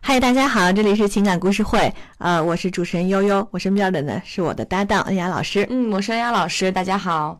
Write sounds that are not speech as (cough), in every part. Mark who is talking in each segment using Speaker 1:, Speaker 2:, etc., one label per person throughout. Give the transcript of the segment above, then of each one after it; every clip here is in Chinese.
Speaker 1: 嗨，大家好，这里是情感故事会，呃，我是主持人悠悠，我身边的呢是我的搭档恩雅老师。
Speaker 2: 嗯，我是丫老师，大家好。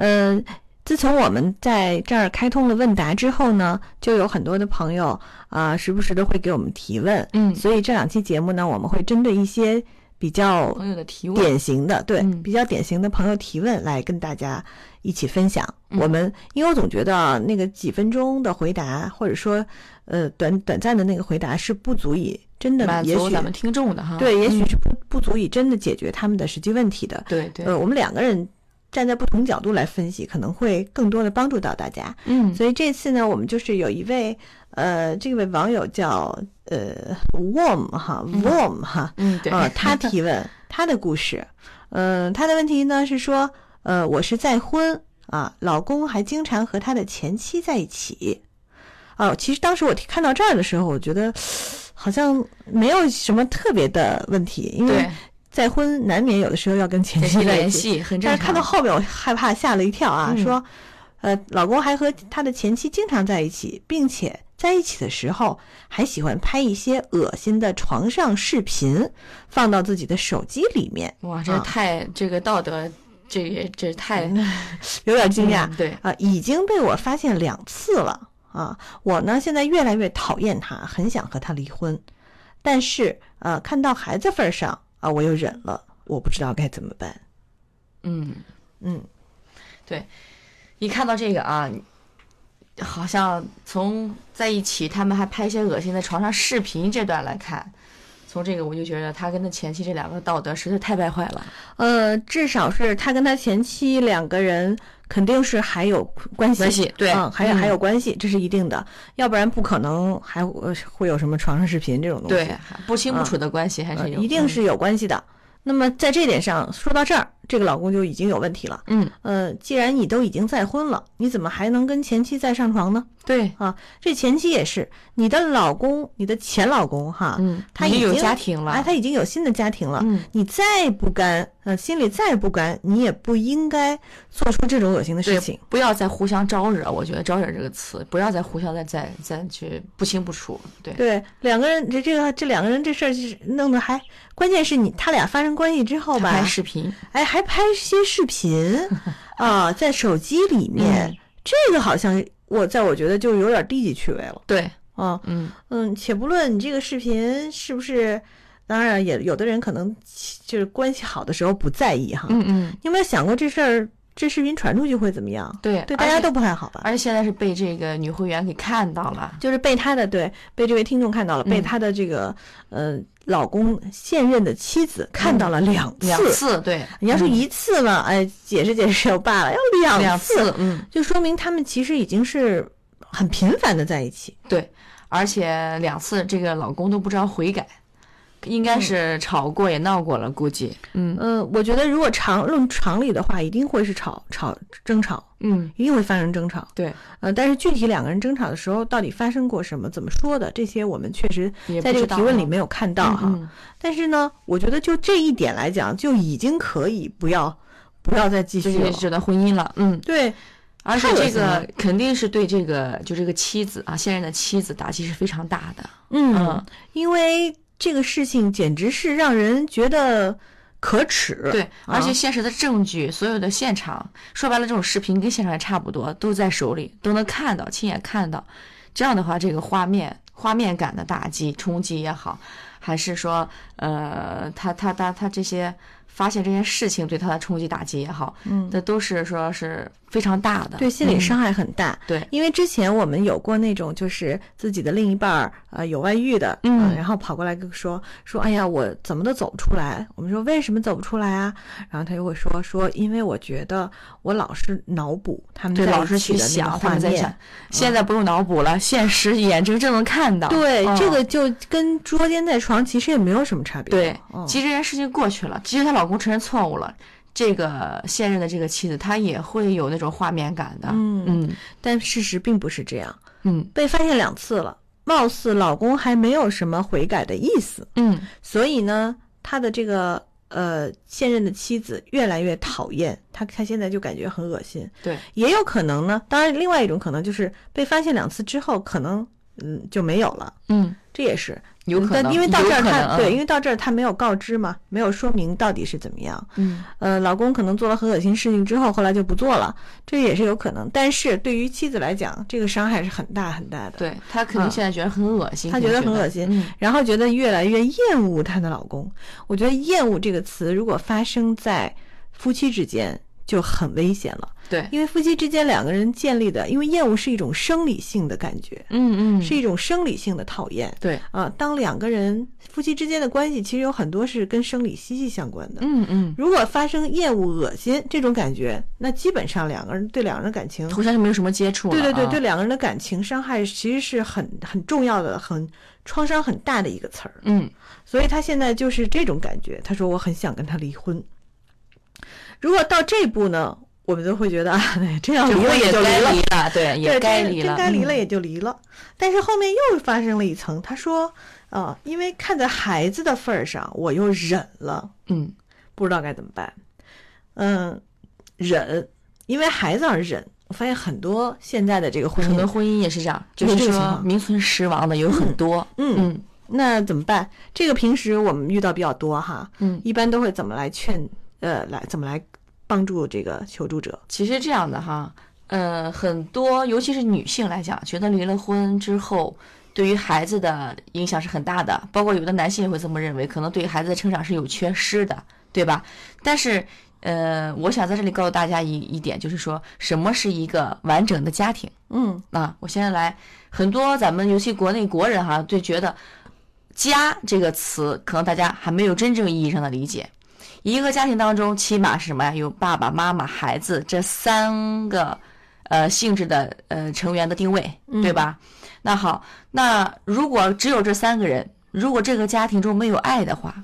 Speaker 1: 嗯、自从我们在这儿开通了问答之后呢，就有很多的朋友啊、时不时的会给我们提问，
Speaker 2: 嗯，
Speaker 1: 所以这两期节目呢，我们会针对一些比较
Speaker 2: 朋友的提问，
Speaker 1: 典型的，对，
Speaker 2: 嗯
Speaker 1: 比较典型的朋友提问来跟大家一起分享。
Speaker 2: 嗯
Speaker 1: 我们因为我总觉得啊那个几分钟的回答，或者说呃短短暂的那个回答是不足以真的，
Speaker 2: 满
Speaker 1: 也
Speaker 2: 足
Speaker 1: 许
Speaker 2: 咱们听众的哈。
Speaker 1: 对，也许
Speaker 2: 嗯
Speaker 1: 是不不足以真的解决他们的实际问题的。
Speaker 2: 对对，
Speaker 1: 呃，我们两个人站在不同角度来分析，可能会更多的帮助到大家。
Speaker 2: 嗯
Speaker 1: 所以这次呢，我们就是有一位呃，这位网友叫呃 warm 哈
Speaker 2: 嗯
Speaker 1: warm 哈，
Speaker 2: 嗯对，
Speaker 1: 呃，
Speaker 2: (laughs)
Speaker 1: 他提问他的故事，嗯、他的问题呢是说，呃，我是再婚啊，老公还经常和他的前妻在一起。哦，其实当时我听看到这儿的时候，我觉得好像没有什么特别的问题，因为
Speaker 2: 对
Speaker 1: 再婚难免有的时候要跟前
Speaker 2: 前期
Speaker 1: 妻在一
Speaker 2: 联
Speaker 1: 起。 (laughs)
Speaker 2: 系很正
Speaker 1: 但
Speaker 2: 常。
Speaker 1: 是看到后面，我害怕吓了一跳啊，
Speaker 2: 嗯
Speaker 1: 说，呃，老公还和他的前妻经常在一起，并且在一起的时候还喜欢拍一些恶心的床上视频，放到自己的手机里面，
Speaker 2: 哇，这
Speaker 1: 啊
Speaker 2: 太这个道德，这也这太
Speaker 1: 有点惊讶啊、
Speaker 2: 嗯对，
Speaker 1: 已经被我发现两次了啊！我呢现在越来越讨厌他，很想和他离婚，但是呃，看到孩子份儿上啊，我又忍了，我不知道该怎么办。
Speaker 2: 嗯，
Speaker 1: 嗯，
Speaker 2: 一看到这个啊，好像从在一起，他们还拍一些恶心的床上视频这段来看，从这个我就觉得他跟他前妻这两个道德实在太败坏了。
Speaker 1: 呃，至少是他跟他前妻两个人肯定是还有关系，
Speaker 2: 关系对
Speaker 1: 嗯，还有、还
Speaker 2: 嗯
Speaker 1: 有关系，这是一定的，要不然不可能还呃会有什么床上视频这种东西，
Speaker 2: 对，不清不楚的关系还
Speaker 1: 呃
Speaker 2: 是有，嗯
Speaker 1: 一定是有关系的。那么在这点上，说到这儿，这个老公就已经有问题了。
Speaker 2: 嗯，
Speaker 1: 呃，既然你都已经再婚了，你怎么还能跟前妻再上床呢？啊
Speaker 2: 对，
Speaker 1: 这前妻也是你的老公，你的前老公哈，
Speaker 2: 嗯，
Speaker 1: 他
Speaker 2: 已
Speaker 1: 已
Speaker 2: 经有
Speaker 1: 经
Speaker 2: 家庭了，
Speaker 1: 啊，他已经有新的家庭了，
Speaker 2: 嗯，
Speaker 1: 你再不甘，呃，心里再不甘，你也不应该做出这种恶心的事
Speaker 2: 对
Speaker 1: 情。，
Speaker 2: 不要再互相招惹。我觉得“招惹”这个词，不要再互相再再再去不清不楚。对，
Speaker 1: 对，两个人这这个这两个人这事儿就是弄得还，关键是你他俩发生关系之后
Speaker 2: 他
Speaker 1: 吧
Speaker 2: 拍，视频，
Speaker 1: 哎，还拍些视
Speaker 2: (laughs)
Speaker 1: 频啊、在手机里面，
Speaker 2: 嗯
Speaker 1: 这个好像我在我觉得就有点低级趣味了
Speaker 2: 对，
Speaker 1: 啊。
Speaker 2: 嗯，
Speaker 1: 嗯，且不论你这个视频是不是，当然也有的人可能就是关系好的时候不在意哈。
Speaker 2: 嗯嗯，
Speaker 1: 你有没有想过这事儿，这视频传出去会怎么样？
Speaker 2: 对，
Speaker 1: 对
Speaker 2: 而
Speaker 1: 大家
Speaker 2: 且
Speaker 1: 都不太好吧？
Speaker 2: 而且现在是被这个女会员给看到了，
Speaker 1: 就是被她的对被这位听众看到了，被
Speaker 2: 嗯
Speaker 1: 她的这个呃老公现任的妻子看到了两次。
Speaker 2: 嗯两次，对，
Speaker 1: 你要说
Speaker 2: 嗯
Speaker 1: 一次嘛，哎，解释解释也就罢了，要两
Speaker 2: 两次，嗯，
Speaker 1: 就说明他们其实已经是很频繁的在一起。
Speaker 2: 对，而且两次这个老公都不知道悔改，应
Speaker 1: 嗯
Speaker 2: 该是吵过也闹过了，估计，嗯
Speaker 1: 呃，我觉得如果常论常理的话，一定会是吵吵争吵，
Speaker 2: 嗯，
Speaker 1: 一定会发生争吵。
Speaker 2: 对，
Speaker 1: 呃，但是具体两个人争吵的时候，到底发生过什么，怎么说的，这些我们确实
Speaker 2: 也
Speaker 1: 在
Speaker 2: 不
Speaker 1: 这
Speaker 2: 知
Speaker 1: 个
Speaker 2: 道
Speaker 1: 提问里
Speaker 2: 啊
Speaker 1: 没有看到哈。
Speaker 2: 嗯嗯
Speaker 1: 但是呢，我觉得就这一点来讲，就已经可以不要不要再继
Speaker 2: 就
Speaker 1: 续
Speaker 2: 是
Speaker 1: 了。
Speaker 2: 这段婚姻了，嗯，
Speaker 1: 对，
Speaker 2: 而且
Speaker 1: 太恶
Speaker 2: 这
Speaker 1: 心了
Speaker 2: 个肯定是对这个就这个妻子啊，现任的妻子打击是非常大的。
Speaker 1: 嗯，
Speaker 2: 嗯
Speaker 1: 因为这个事情简直是让人觉得可耻。
Speaker 2: 对，而且
Speaker 1: 啊
Speaker 2: 现实的证据，所有的现场，说白了，这种视频跟现场也差不多，都在手里，都能看到，亲眼看到。这样的话，这个画面画面感的打击冲击也好，还是说，呃，他他他他这些发现这些事情对他的冲击打击也好，
Speaker 1: 嗯，
Speaker 2: 这都是说是非常大的，
Speaker 1: 对心理
Speaker 2: 嗯
Speaker 1: 伤害很大。
Speaker 2: 对
Speaker 1: 因为之前我们有过那种，就是自己的另一半儿呃有外遇的，
Speaker 2: 嗯
Speaker 1: 呃然后跑过来跟说说，哎呀，我怎么都走不出来。我们说为什么走不出来啊？然后他就会说说，因为我觉得我老是脑补他们
Speaker 2: 对，
Speaker 1: 在
Speaker 2: 老
Speaker 1: 一
Speaker 2: 是
Speaker 1: 起
Speaker 2: 去
Speaker 1: 的那个
Speaker 2: 想，他
Speaker 1: 画
Speaker 2: 们在
Speaker 1: 面
Speaker 2: 想，现在不用脑补了，现实眼睁睁能看到。
Speaker 1: 对，
Speaker 2: 嗯
Speaker 1: 这个就跟捉奸在床其实也没有什么差别。
Speaker 2: 对
Speaker 1: 嗯，
Speaker 2: 其实这件事情过去了，即使她老公承认错误了，这个现任的这个妻子她也会有那种画面感的。
Speaker 1: 嗯
Speaker 2: 嗯
Speaker 1: 但事实并不是这样，
Speaker 2: 嗯
Speaker 1: 被发现两次了，貌似老公还没有什么悔改的意思，
Speaker 2: 嗯，
Speaker 1: 所以呢，他的这个呃现任的妻子越来越讨厌他，他现在就感觉很恶心。
Speaker 2: 对，
Speaker 1: 也有可能呢，当然另外一种可能就是被发现两次之后，可能嗯就没有了。
Speaker 2: 嗯
Speaker 1: 这也是
Speaker 2: 有可能
Speaker 1: 但因为到这儿
Speaker 2: 有可能
Speaker 1: 他
Speaker 2: 啊
Speaker 1: 对，因为到这儿他没有告知嘛，没有说明到底是怎么样。
Speaker 2: 嗯
Speaker 1: 呃，老公可能做了很恶心事情之后，后来就不做了，这也是有可能。但是对于妻子来讲，这个伤害是很大很大的。
Speaker 2: 对他肯定
Speaker 1: 嗯
Speaker 2: 现在觉得很恶心，
Speaker 1: 他
Speaker 2: 可能
Speaker 1: 觉
Speaker 2: 觉
Speaker 1: 得很恶心
Speaker 2: 嗯
Speaker 1: 然后觉得越来越厌恶她的老公。我觉得“厌恶”这个词如果发生在夫妻之间就很危险了，
Speaker 2: 对，
Speaker 1: 因为夫妻之间两个人建立的，因为厌恶是一种生理性的感觉，
Speaker 2: 嗯嗯，
Speaker 1: 是一种生理性的讨厌
Speaker 2: 对，
Speaker 1: 啊。当两个人夫妻之间的关系，其实有很多是跟生理息息相关的。
Speaker 2: 嗯嗯，
Speaker 1: 如果发生厌恶、恶心这种感觉，那基本上两个人对两个人的感情
Speaker 2: 互相就没有什么接触
Speaker 1: 嗯
Speaker 2: 了
Speaker 1: 对
Speaker 2: 啊，
Speaker 1: 对对，对两个人的感情伤害其实是很很重要的、很创伤很大的一个词儿。
Speaker 2: 嗯
Speaker 1: 所以他现在就是这种感觉，他说我很想跟他离婚。如果到这一步呢，我们就会觉得啊， (laughs) 哎这样
Speaker 2: 这
Speaker 1: 离
Speaker 2: 婚
Speaker 1: 了
Speaker 2: 也
Speaker 1: 就
Speaker 2: 该
Speaker 1: 离了，
Speaker 2: 离了，对，也
Speaker 1: 对，
Speaker 2: 该
Speaker 1: 真
Speaker 2: 离
Speaker 1: 真
Speaker 2: 了，
Speaker 1: 该离了
Speaker 2: 嗯
Speaker 1: 也就离了。但是后面又发生了一层，他说啊，因为看在孩子的份儿上，我又忍了。
Speaker 2: 嗯，
Speaker 1: 不知道该怎么办。嗯，忍，因为孩子而忍。我发现很多现在的这个婚
Speaker 2: 很多
Speaker 1: 姻，
Speaker 2: 婚姻也是这样，就
Speaker 1: 嗯有
Speaker 2: 是
Speaker 1: 这个情
Speaker 2: 说
Speaker 1: 况
Speaker 2: 名存实亡的有很多，
Speaker 1: 嗯，
Speaker 2: 嗯
Speaker 1: 那怎么办？这个平时我们遇到比较多哈，
Speaker 2: 嗯，
Speaker 1: 一般都会怎么来劝？呃，来怎么来帮助这个求助者？
Speaker 2: 其实这样的哈，呃，很多尤其是女性来讲，觉得离了婚之后。对于孩子的影响是很大的，包括有的男性也会这么认为，可能对孩子的成长是有缺失的，对吧？但是，呃，我想在这里告诉大家一一点，就是说什么是一个完整的家庭。
Speaker 1: 嗯
Speaker 2: 啊，我现在来，很多咱们尤其国内国人哈、就觉得“家”这个词，可能大家还没有真正意义上的理解。一个家庭当中，起码是什么呀？有爸爸妈妈、孩子这三个呃性质的呃成员的定位，对吧？那好，那如果只有这三个人，如果这个家庭中没有爱的话，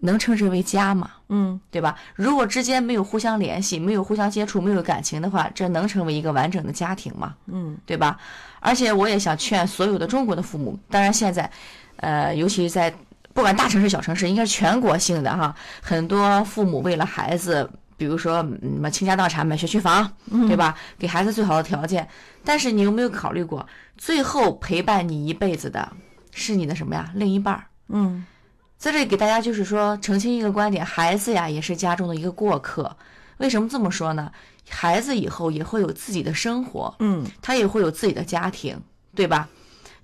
Speaker 2: 能称之为家吗？
Speaker 1: 嗯
Speaker 2: 对吧？如果之间没有互相联系、没有互相接触、没有感情的话，这能成为一个完整的家庭吗？
Speaker 1: 嗯
Speaker 2: 对吧？而且我也想劝所有的中国的父母，当然现在，呃，尤其在不管大城市、小城市，应该是全国性的哈，很多父母为了孩子，比如说嗯什么倾家荡产买学区房，对吧？给孩子最好的条件，但是你有没有考虑过，最后陪伴你一辈子的是你的什么呀？另一半儿。
Speaker 1: 嗯
Speaker 2: 在这里给大家就是说澄清一个观点，孩子呀也是家中的一个过客。为什么这么说呢？孩子以后也会有自己的生活，
Speaker 1: 嗯
Speaker 2: 他也会有自己的家庭，对吧？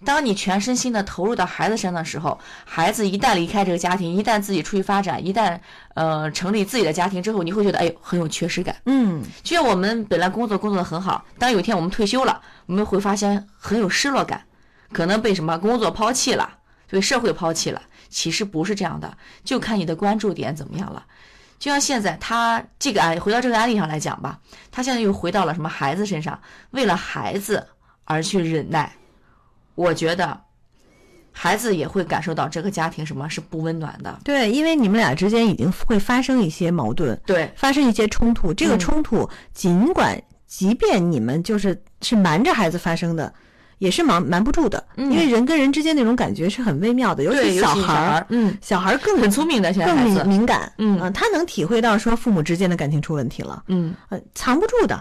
Speaker 2: 当你全身心的投入到孩子身上的时候，孩子一旦离开这个家庭，一旦自己出去发展，一旦呃成立自己的家庭之后，你会觉得哎呦很有缺失感。
Speaker 1: 嗯
Speaker 2: 就像我们本来工作工作的很好，当有一天我们退休了，我们会发现很有失落感，可能被什么工作抛弃了，被社会抛弃了。其实不是这样的，就看你的关注点怎么样了。就像现在他这个案例，回到这个案例上来讲吧，他现在又回到了什么孩子身上，为了孩子而去忍耐，我觉得孩子也会感受到这个家庭什么是不温暖的。
Speaker 1: 对，因为你们俩之间已经会发生一些矛盾，
Speaker 2: 对，
Speaker 1: 发生一些冲突。这个
Speaker 2: 嗯
Speaker 1: 冲突，尽管即便你们就是是瞒着孩子发生的，也是瞒瞒不住的，
Speaker 2: 嗯
Speaker 1: 因为人跟人之间那种感觉是很微妙的，尤
Speaker 2: 对，
Speaker 1: 其
Speaker 2: 尤
Speaker 1: 小
Speaker 2: 其
Speaker 1: 孩儿，，
Speaker 2: 嗯，
Speaker 1: 小孩儿更
Speaker 2: 很聪明的现在
Speaker 1: 更
Speaker 2: 孩
Speaker 1: 敏
Speaker 2: 子，
Speaker 1: 敏感，
Speaker 2: 嗯
Speaker 1: 啊他能体会到说父母之间的感情出问题了，
Speaker 2: 嗯。
Speaker 1: 呃，藏不住的，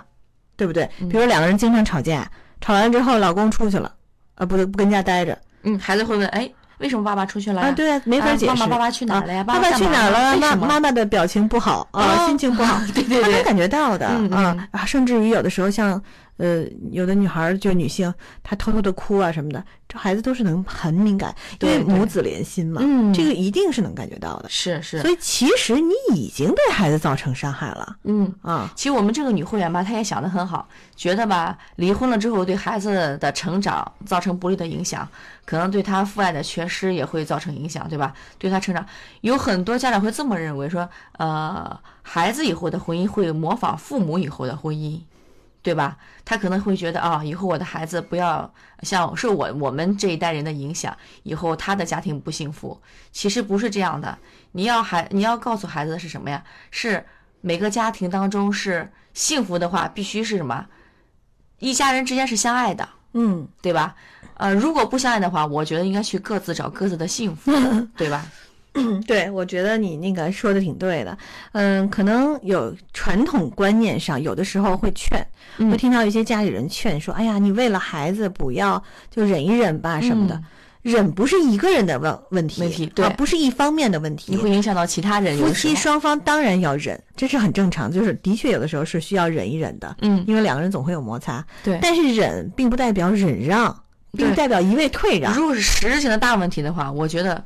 Speaker 1: 对不对？比如两个人经常吵架，吵完之后老公出去了，啊，不不跟家待着，
Speaker 2: 嗯，孩子会问，哎，为什么爸爸出去了呀？
Speaker 1: 啊，对啊，没法
Speaker 2: 啊
Speaker 1: 解释。
Speaker 2: 妈妈爸爸去哪儿了呀
Speaker 1: 啊
Speaker 2: 爸
Speaker 1: 爸
Speaker 2: 爸干
Speaker 1: 去
Speaker 2: 嘛
Speaker 1: 哪儿
Speaker 2: 了
Speaker 1: 了？
Speaker 2: 为
Speaker 1: 妈
Speaker 2: 什么
Speaker 1: 妈妈的表情不好啊，
Speaker 2: 哦
Speaker 1: 心情不
Speaker 2: (laughs)
Speaker 1: 好，
Speaker 2: 对对
Speaker 1: 他能
Speaker 2: 对
Speaker 1: 感觉到的
Speaker 2: 嗯
Speaker 1: 啊啊，甚至于有的时候像呃，有的女孩儿就女性，她偷偷的哭啊什么的，这孩子都是能很敏感，因为
Speaker 2: 对对
Speaker 1: 母子连心嘛，
Speaker 2: 嗯
Speaker 1: 这个一定是能感觉到的。
Speaker 2: 是是
Speaker 1: 所，以其实你已经对孩子造成伤害了
Speaker 2: 嗯。
Speaker 1: 啊，
Speaker 2: 其实我们这个女会员吧，她也想得很好，觉得吧，离婚了之后对孩子的成长造成不利的影响，可能对她父爱的缺失也会造成影响，对吧？对她成长，有很多家长会这么认为，说，呃，孩子以后的婚姻会模仿父母以后的婚姻，对吧？他可能会觉得啊，以后我的孩子不要像受我我们这一代人的影响，以后他的家庭不幸福。其实不是这样的，你要孩你要告诉孩子的是什么呀？是每个家庭当中是幸福的话，必须是什么？一家人之间是相爱的，
Speaker 1: 嗯，
Speaker 2: 对吧？呃，如果不相爱的话，我觉得应该去各自找各自的
Speaker 1: (laughs)
Speaker 2: 幸福，对吧？
Speaker 1: 对，我觉得你那个说的挺对的，嗯，可能有传统观念上，有的时候会劝，
Speaker 2: 嗯
Speaker 1: 会听到一些家里人劝说，哎呀，你为了孩子不要就忍一忍吧什么的。人不是一个人的问问题，
Speaker 2: 嗯问题对
Speaker 1: 啊，不是一方面的问题。
Speaker 2: 你会影响到其他人。有
Speaker 1: 夫
Speaker 2: 的时
Speaker 1: 妻
Speaker 2: 候
Speaker 1: 双方当然要忍，这是很正常，就是的确有的时候是需要忍一忍的，
Speaker 2: 嗯，
Speaker 1: 因为两个人总会有摩擦。
Speaker 2: 对。
Speaker 1: 但是忍并不代表忍让，并不
Speaker 2: 对
Speaker 1: 代表一味退让。
Speaker 2: 如果是实质性的大问题的话，我觉得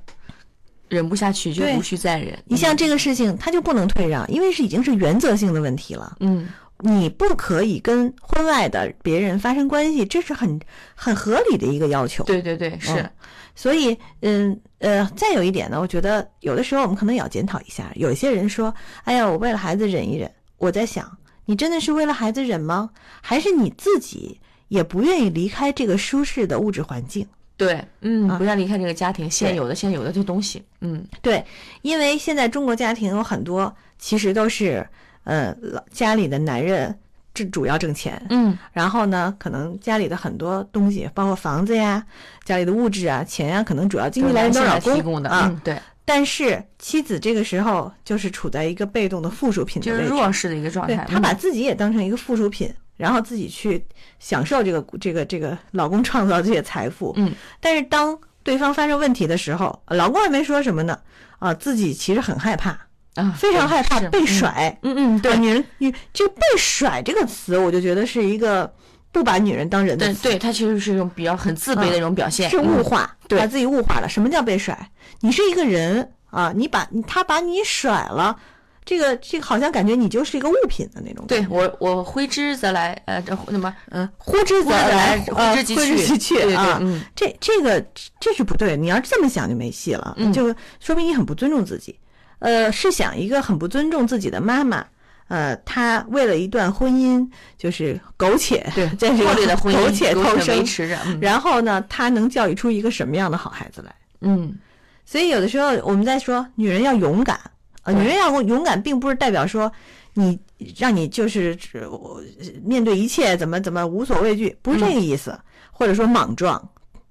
Speaker 2: 忍不下去就
Speaker 1: 对
Speaker 2: 无需再忍。嗯
Speaker 1: 你像这个事情，他就不能退让，因为是已经是原则性的问题了。
Speaker 2: 嗯，
Speaker 1: 你不可以跟婚外的别人发生关系，这是很很合理的一个要求。
Speaker 2: 对对对，是、
Speaker 1: 嗯所以，嗯呃，再有一点呢，我觉得有的时候我们可能也要检讨一下。有一些人说：“哎呀，我为了孩子忍一忍。”我在想，你真的是为了孩子忍吗？还是你自己也不愿意离开这个舒适的物质环境？
Speaker 2: 对，嗯，
Speaker 1: 啊
Speaker 2: 不要离开这个家庭，现有的现有的这东西，嗯，
Speaker 1: 对，因为现在中国家庭有很多其实都是，呃，老家里的男人这主要挣钱，
Speaker 2: 嗯，
Speaker 1: 然后呢，可能家里的很多东西，包括房子呀、家里的物质啊、钱呀，可能主要经济来源都是老
Speaker 2: 男性来
Speaker 1: 公
Speaker 2: 提供的，
Speaker 1: 啊。
Speaker 2: 嗯，对，
Speaker 1: 但是妻子这个时候就是处在一个被动的附属品的
Speaker 2: 就
Speaker 1: 位置，
Speaker 2: 是弱势的一个状
Speaker 1: 对
Speaker 2: 态。
Speaker 1: 她把
Speaker 2: 嗯
Speaker 1: 自己也当成一个附属品，然后自己去享受这个这个这个老公创造的这些财富。
Speaker 2: 嗯，
Speaker 1: 但是当对方发生问题的时候，老公还没说什么呢，啊，自己其实很害怕，
Speaker 2: 啊，
Speaker 1: 非常
Speaker 2: 对
Speaker 1: 害怕
Speaker 2: 是
Speaker 1: 被
Speaker 2: 嗯
Speaker 1: 甩。
Speaker 2: 嗯嗯，
Speaker 1: 啊
Speaker 2: 对
Speaker 1: 女人，女这“被甩”这个词，我就觉得是一个不把女人当人的
Speaker 2: 对
Speaker 1: 词，
Speaker 2: 对，他其实是一种比较很自卑的一种表现，
Speaker 1: 是物
Speaker 2: 嗯
Speaker 1: 化，
Speaker 2: 对
Speaker 1: 把自己物化了。什么叫被甩？你是一个人啊，你把你他把你甩了，这个这个好像感觉你就是一个物品的那种感
Speaker 2: 对
Speaker 1: 觉。
Speaker 2: 我我挥之则来，呃，这什么
Speaker 1: 嗯，呼之则
Speaker 2: 挥之则来，
Speaker 1: 呃
Speaker 2: 挥
Speaker 1: 挥
Speaker 2: 之即
Speaker 1: 之
Speaker 2: 去，
Speaker 1: 即去
Speaker 2: 对对
Speaker 1: 啊，。
Speaker 2: 嗯，
Speaker 1: 这这个这是不对的，你要是这么想就没戏了，
Speaker 2: 嗯
Speaker 1: 就说明你很不尊重自己。呃，试想一个很不尊重自己的妈妈，呃，她为了一段婚姻就是苟且，
Speaker 2: 对，
Speaker 1: 在这
Speaker 2: 破裂
Speaker 1: 个
Speaker 2: 的婚姻
Speaker 1: 苟且
Speaker 2: 苟
Speaker 1: 偷
Speaker 2: 且维
Speaker 1: 生，
Speaker 2: 持着，嗯
Speaker 1: 然后呢，她能教育出一个什么样的好孩子来？
Speaker 2: 嗯，
Speaker 1: 所以有的时候我们在说女人要勇敢，呃，
Speaker 2: 对
Speaker 1: 女人要勇敢，并不是代表说你让你就是呃面对一切怎么怎么无所畏惧，不是这个意思，
Speaker 2: 嗯
Speaker 1: 或者说莽撞，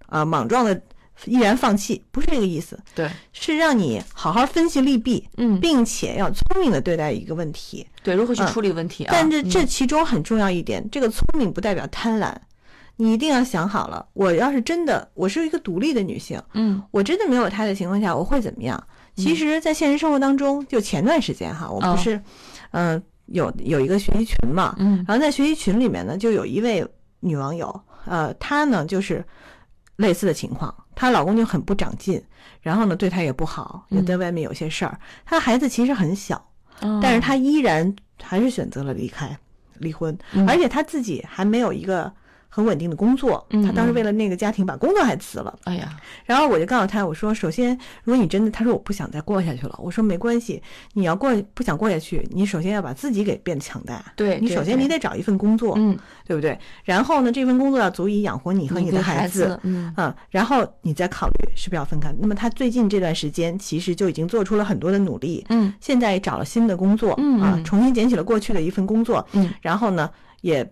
Speaker 1: 啊、莽撞的毅然放弃，不是这个意思，
Speaker 2: 对，
Speaker 1: 是让你好好分析利弊，
Speaker 2: 嗯，
Speaker 1: 嗯并且要聪明的对待一个问题。
Speaker 2: 对，如何去
Speaker 1: 嗯
Speaker 2: 处理问题啊？
Speaker 1: 但是
Speaker 2: 嗯
Speaker 1: 这其中很重要一点，这个聪明不代表贪婪，你一定要想好了，我要是真的，我是一个独立的女性。
Speaker 2: 嗯，
Speaker 1: 我真的没有他的情况下，我会怎么样？其实，在现实生活当中，就前段时间哈，我
Speaker 2: 哦
Speaker 1: 不是，嗯、有有一个学习群嘛，
Speaker 2: 嗯
Speaker 1: 然后在学习群里面呢，就有一位女网友，呃，她呢就是类似的情况，她老公就很不长进，然后呢对她也不好，也
Speaker 2: 嗯
Speaker 1: 在外面有些事儿，她孩子其实很小，
Speaker 2: 嗯，
Speaker 1: 但是她依然还是选择了离开离婚，
Speaker 2: 嗯
Speaker 1: 而且她自己还没有一个很稳定的工作，
Speaker 2: 嗯
Speaker 1: 她当时
Speaker 2: 嗯
Speaker 1: 为了那个家庭把工作还辞了。
Speaker 2: 哎呀，
Speaker 1: 然后我就告诉他，我说，首先，如果你真的，他说我不想再过下去了，我说没关系，你要过不想过下去，你首先要把自己给变强大。
Speaker 2: 对
Speaker 1: 你
Speaker 2: 对
Speaker 1: 首先
Speaker 2: 对
Speaker 1: 你得找一份工作，
Speaker 2: 嗯，
Speaker 1: 对不对？然后呢，这份工作要足以养活你和
Speaker 2: 你
Speaker 1: 的
Speaker 2: 跟
Speaker 1: 孩
Speaker 2: 孩子，嗯，
Speaker 1: 嗯，然后你再考虑是不是要分开。那么他最近这段时间其实就已经做出了很多的努力，
Speaker 2: 嗯，
Speaker 1: 现在找了新的工作，
Speaker 2: 嗯
Speaker 1: 啊
Speaker 2: 嗯，
Speaker 1: 重新捡起了过去的一份工作，
Speaker 2: 嗯，
Speaker 1: 然后呢，也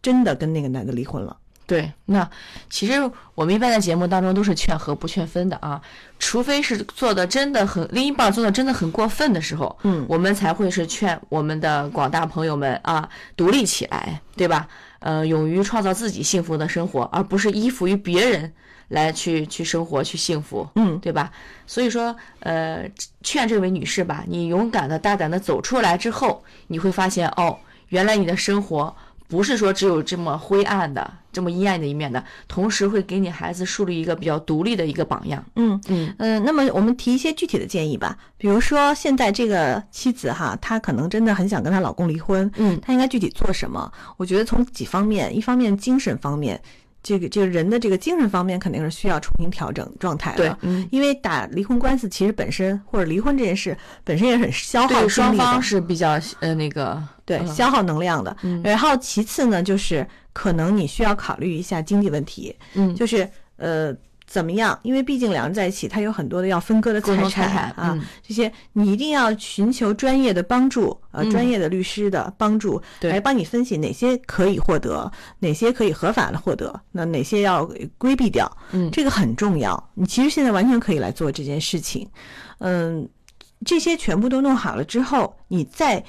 Speaker 1: 真的跟那个男的离婚了。
Speaker 2: 对，那其实我们一般在节目当中都是劝和不劝分的啊，除非是做的真的很另一半做的真的很过分的时候，
Speaker 1: 嗯
Speaker 2: 我们才会是劝我们的广大朋友们啊，独立起来，对吧？呃，勇于创造自己幸福的生活，而不是依附于别人来去去生活去幸福，
Speaker 1: 嗯
Speaker 2: 对吧？所以说，呃，劝这位女士吧，你勇敢的、大胆的走出来之后，你会发现哦，原来你的生活不是说只有这么灰暗的、这么阴暗的一面的，同时会给你孩子树立一个比较独立的一个榜样。
Speaker 1: 嗯，
Speaker 2: 嗯
Speaker 1: 嗯，那么我们提一些具体的建议吧，比如说现在这个妻子哈，她可能真的很想跟她老公离婚，
Speaker 2: 嗯，
Speaker 1: 她应该具体做什么？我觉得从几方面，一方面精神方面，这个这个人的这个精神方面肯定是需要重新调整状态
Speaker 2: 对
Speaker 1: 的。，
Speaker 2: 嗯，
Speaker 1: 因为打离婚官司其实本身或者离婚这件事本身也是很消耗
Speaker 2: 对双
Speaker 1: 精力的
Speaker 2: 方是比较呃那个
Speaker 1: 对、
Speaker 2: 嗯
Speaker 1: 消耗能量的。
Speaker 2: 嗯
Speaker 1: 然后其次呢，就是可能你需要考虑一下经济问题，
Speaker 2: 嗯
Speaker 1: 就是呃怎么样？因为毕竟两人在一起，他有很多的要分割的
Speaker 2: 共
Speaker 1: 财
Speaker 2: 同财产
Speaker 1: 啊，
Speaker 2: 嗯
Speaker 1: 这些你一定要寻求专业的帮助，呃，
Speaker 2: 嗯
Speaker 1: 专业的律师的帮助，
Speaker 2: 对
Speaker 1: 来帮你分析哪些可以获得，哪些可以合法的获得，那哪些要规避掉，
Speaker 2: 嗯
Speaker 1: 这个很重要。你其实现在完全可以来做这件事情，嗯，这些全部都弄好了之后，你再。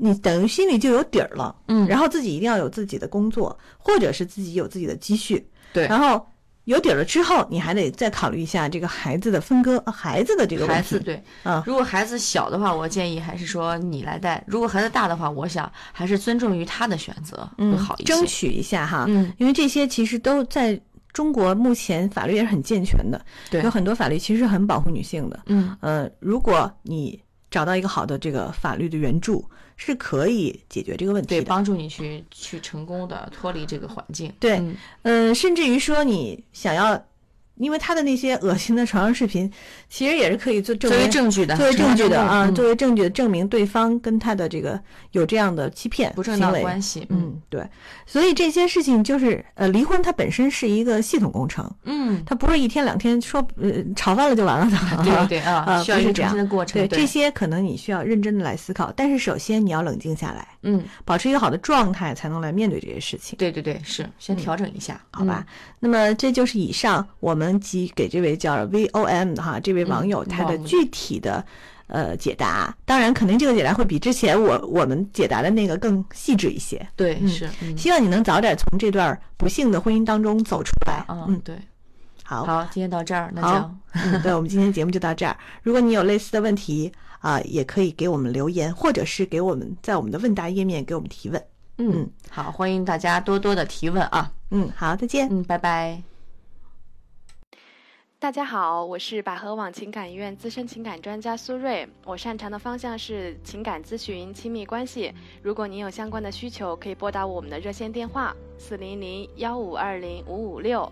Speaker 1: 你等于心里就有底儿了，
Speaker 2: 嗯
Speaker 1: 然后自己一定要有自己的工作，或者是自己有自己的积蓄，
Speaker 2: 对
Speaker 1: 然后有底儿了之后，你还得再考虑一下这个孩子的分割，呃孩子的这个问
Speaker 2: 孩
Speaker 1: 题
Speaker 2: 子。对，
Speaker 1: 啊
Speaker 2: 如果孩子小的话，我建议还是说你来带；如果孩子大的话，我想还是尊重于他的选择、
Speaker 1: 嗯
Speaker 2: 会好一些。
Speaker 1: 争取一下哈，
Speaker 2: 嗯，
Speaker 1: 因为这些其实都在中国目前法律也是很健全的，
Speaker 2: 对
Speaker 1: 有很多法律其实很保护女性的。
Speaker 2: 嗯，
Speaker 1: 呃，如果你找到一个好的这个法律的援助，是可以解决这个问题
Speaker 2: 对，
Speaker 1: 的。
Speaker 2: 帮助你去去成功的脱离这个环境。
Speaker 1: 对
Speaker 2: 嗯
Speaker 1: 嗯、甚至于说你想要，因为他的那些恶心的床上视频，其实也是可以做证
Speaker 2: 作为
Speaker 1: 明。
Speaker 2: 证据的，嗯
Speaker 1: 作为证据的
Speaker 2: 成
Speaker 1: 啊，
Speaker 2: 为证据
Speaker 1: 作为证据的证明对方跟他的这个有这样的欺骗
Speaker 2: 嗯不正
Speaker 1: 行
Speaker 2: 当
Speaker 1: 为，
Speaker 2: 关系。嗯
Speaker 1: 嗯，对，所以这些事情就是呃，离婚它本身是一个系统工程，
Speaker 2: 嗯，
Speaker 1: 它不是一天两天说呃吵翻了就完了的。
Speaker 2: (laughs) 对对对啊，
Speaker 1: 啊
Speaker 2: 需要一
Speaker 1: 不是
Speaker 2: 个
Speaker 1: 这
Speaker 2: 重
Speaker 1: 样
Speaker 2: 新的过
Speaker 1: 对
Speaker 2: 程。
Speaker 1: 这些可能你需要认真的来思考，但是首先你要冷静下来，
Speaker 2: 嗯，
Speaker 1: 保持一个好的状态，才能来面对这些事情，
Speaker 2: 对对对，是先
Speaker 1: 嗯
Speaker 2: 调整一下，
Speaker 1: 好吧？
Speaker 2: 嗯
Speaker 1: 那么这就是以上我们给给这位叫 VOM 的哈这位网友
Speaker 2: 嗯
Speaker 1: 他
Speaker 2: 网
Speaker 1: 的
Speaker 2: 友
Speaker 1: 具体的呃解答，当然肯定这个解答会比之前我我们解答的那个更细致一些。
Speaker 2: 嗯？对，
Speaker 1: 嗯
Speaker 2: 是，嗯
Speaker 1: 希望你能早点从这段不幸的婚姻当中走出来。
Speaker 2: 嗯，，对。
Speaker 1: 好，
Speaker 2: 好，今天到这儿，那
Speaker 1: 好
Speaker 2: 这样，
Speaker 1: 嗯，对，我们今天节目就到这儿。 (laughs) 如果你有类似的问题啊、也可以给我们留言，或者是给我们在我们的问答页面给我们提问。
Speaker 2: 嗯，好，欢迎大家多多的提问啊，
Speaker 1: 嗯，好，再见。
Speaker 2: 嗯，拜拜。
Speaker 3: 大家好，我是百合网情感医院资深情感专家苏瑞，我擅长的方向是情感咨询、亲密关系。如果您有相关的需求，可以拨打我们的热线电话四零零幺五二零五五六。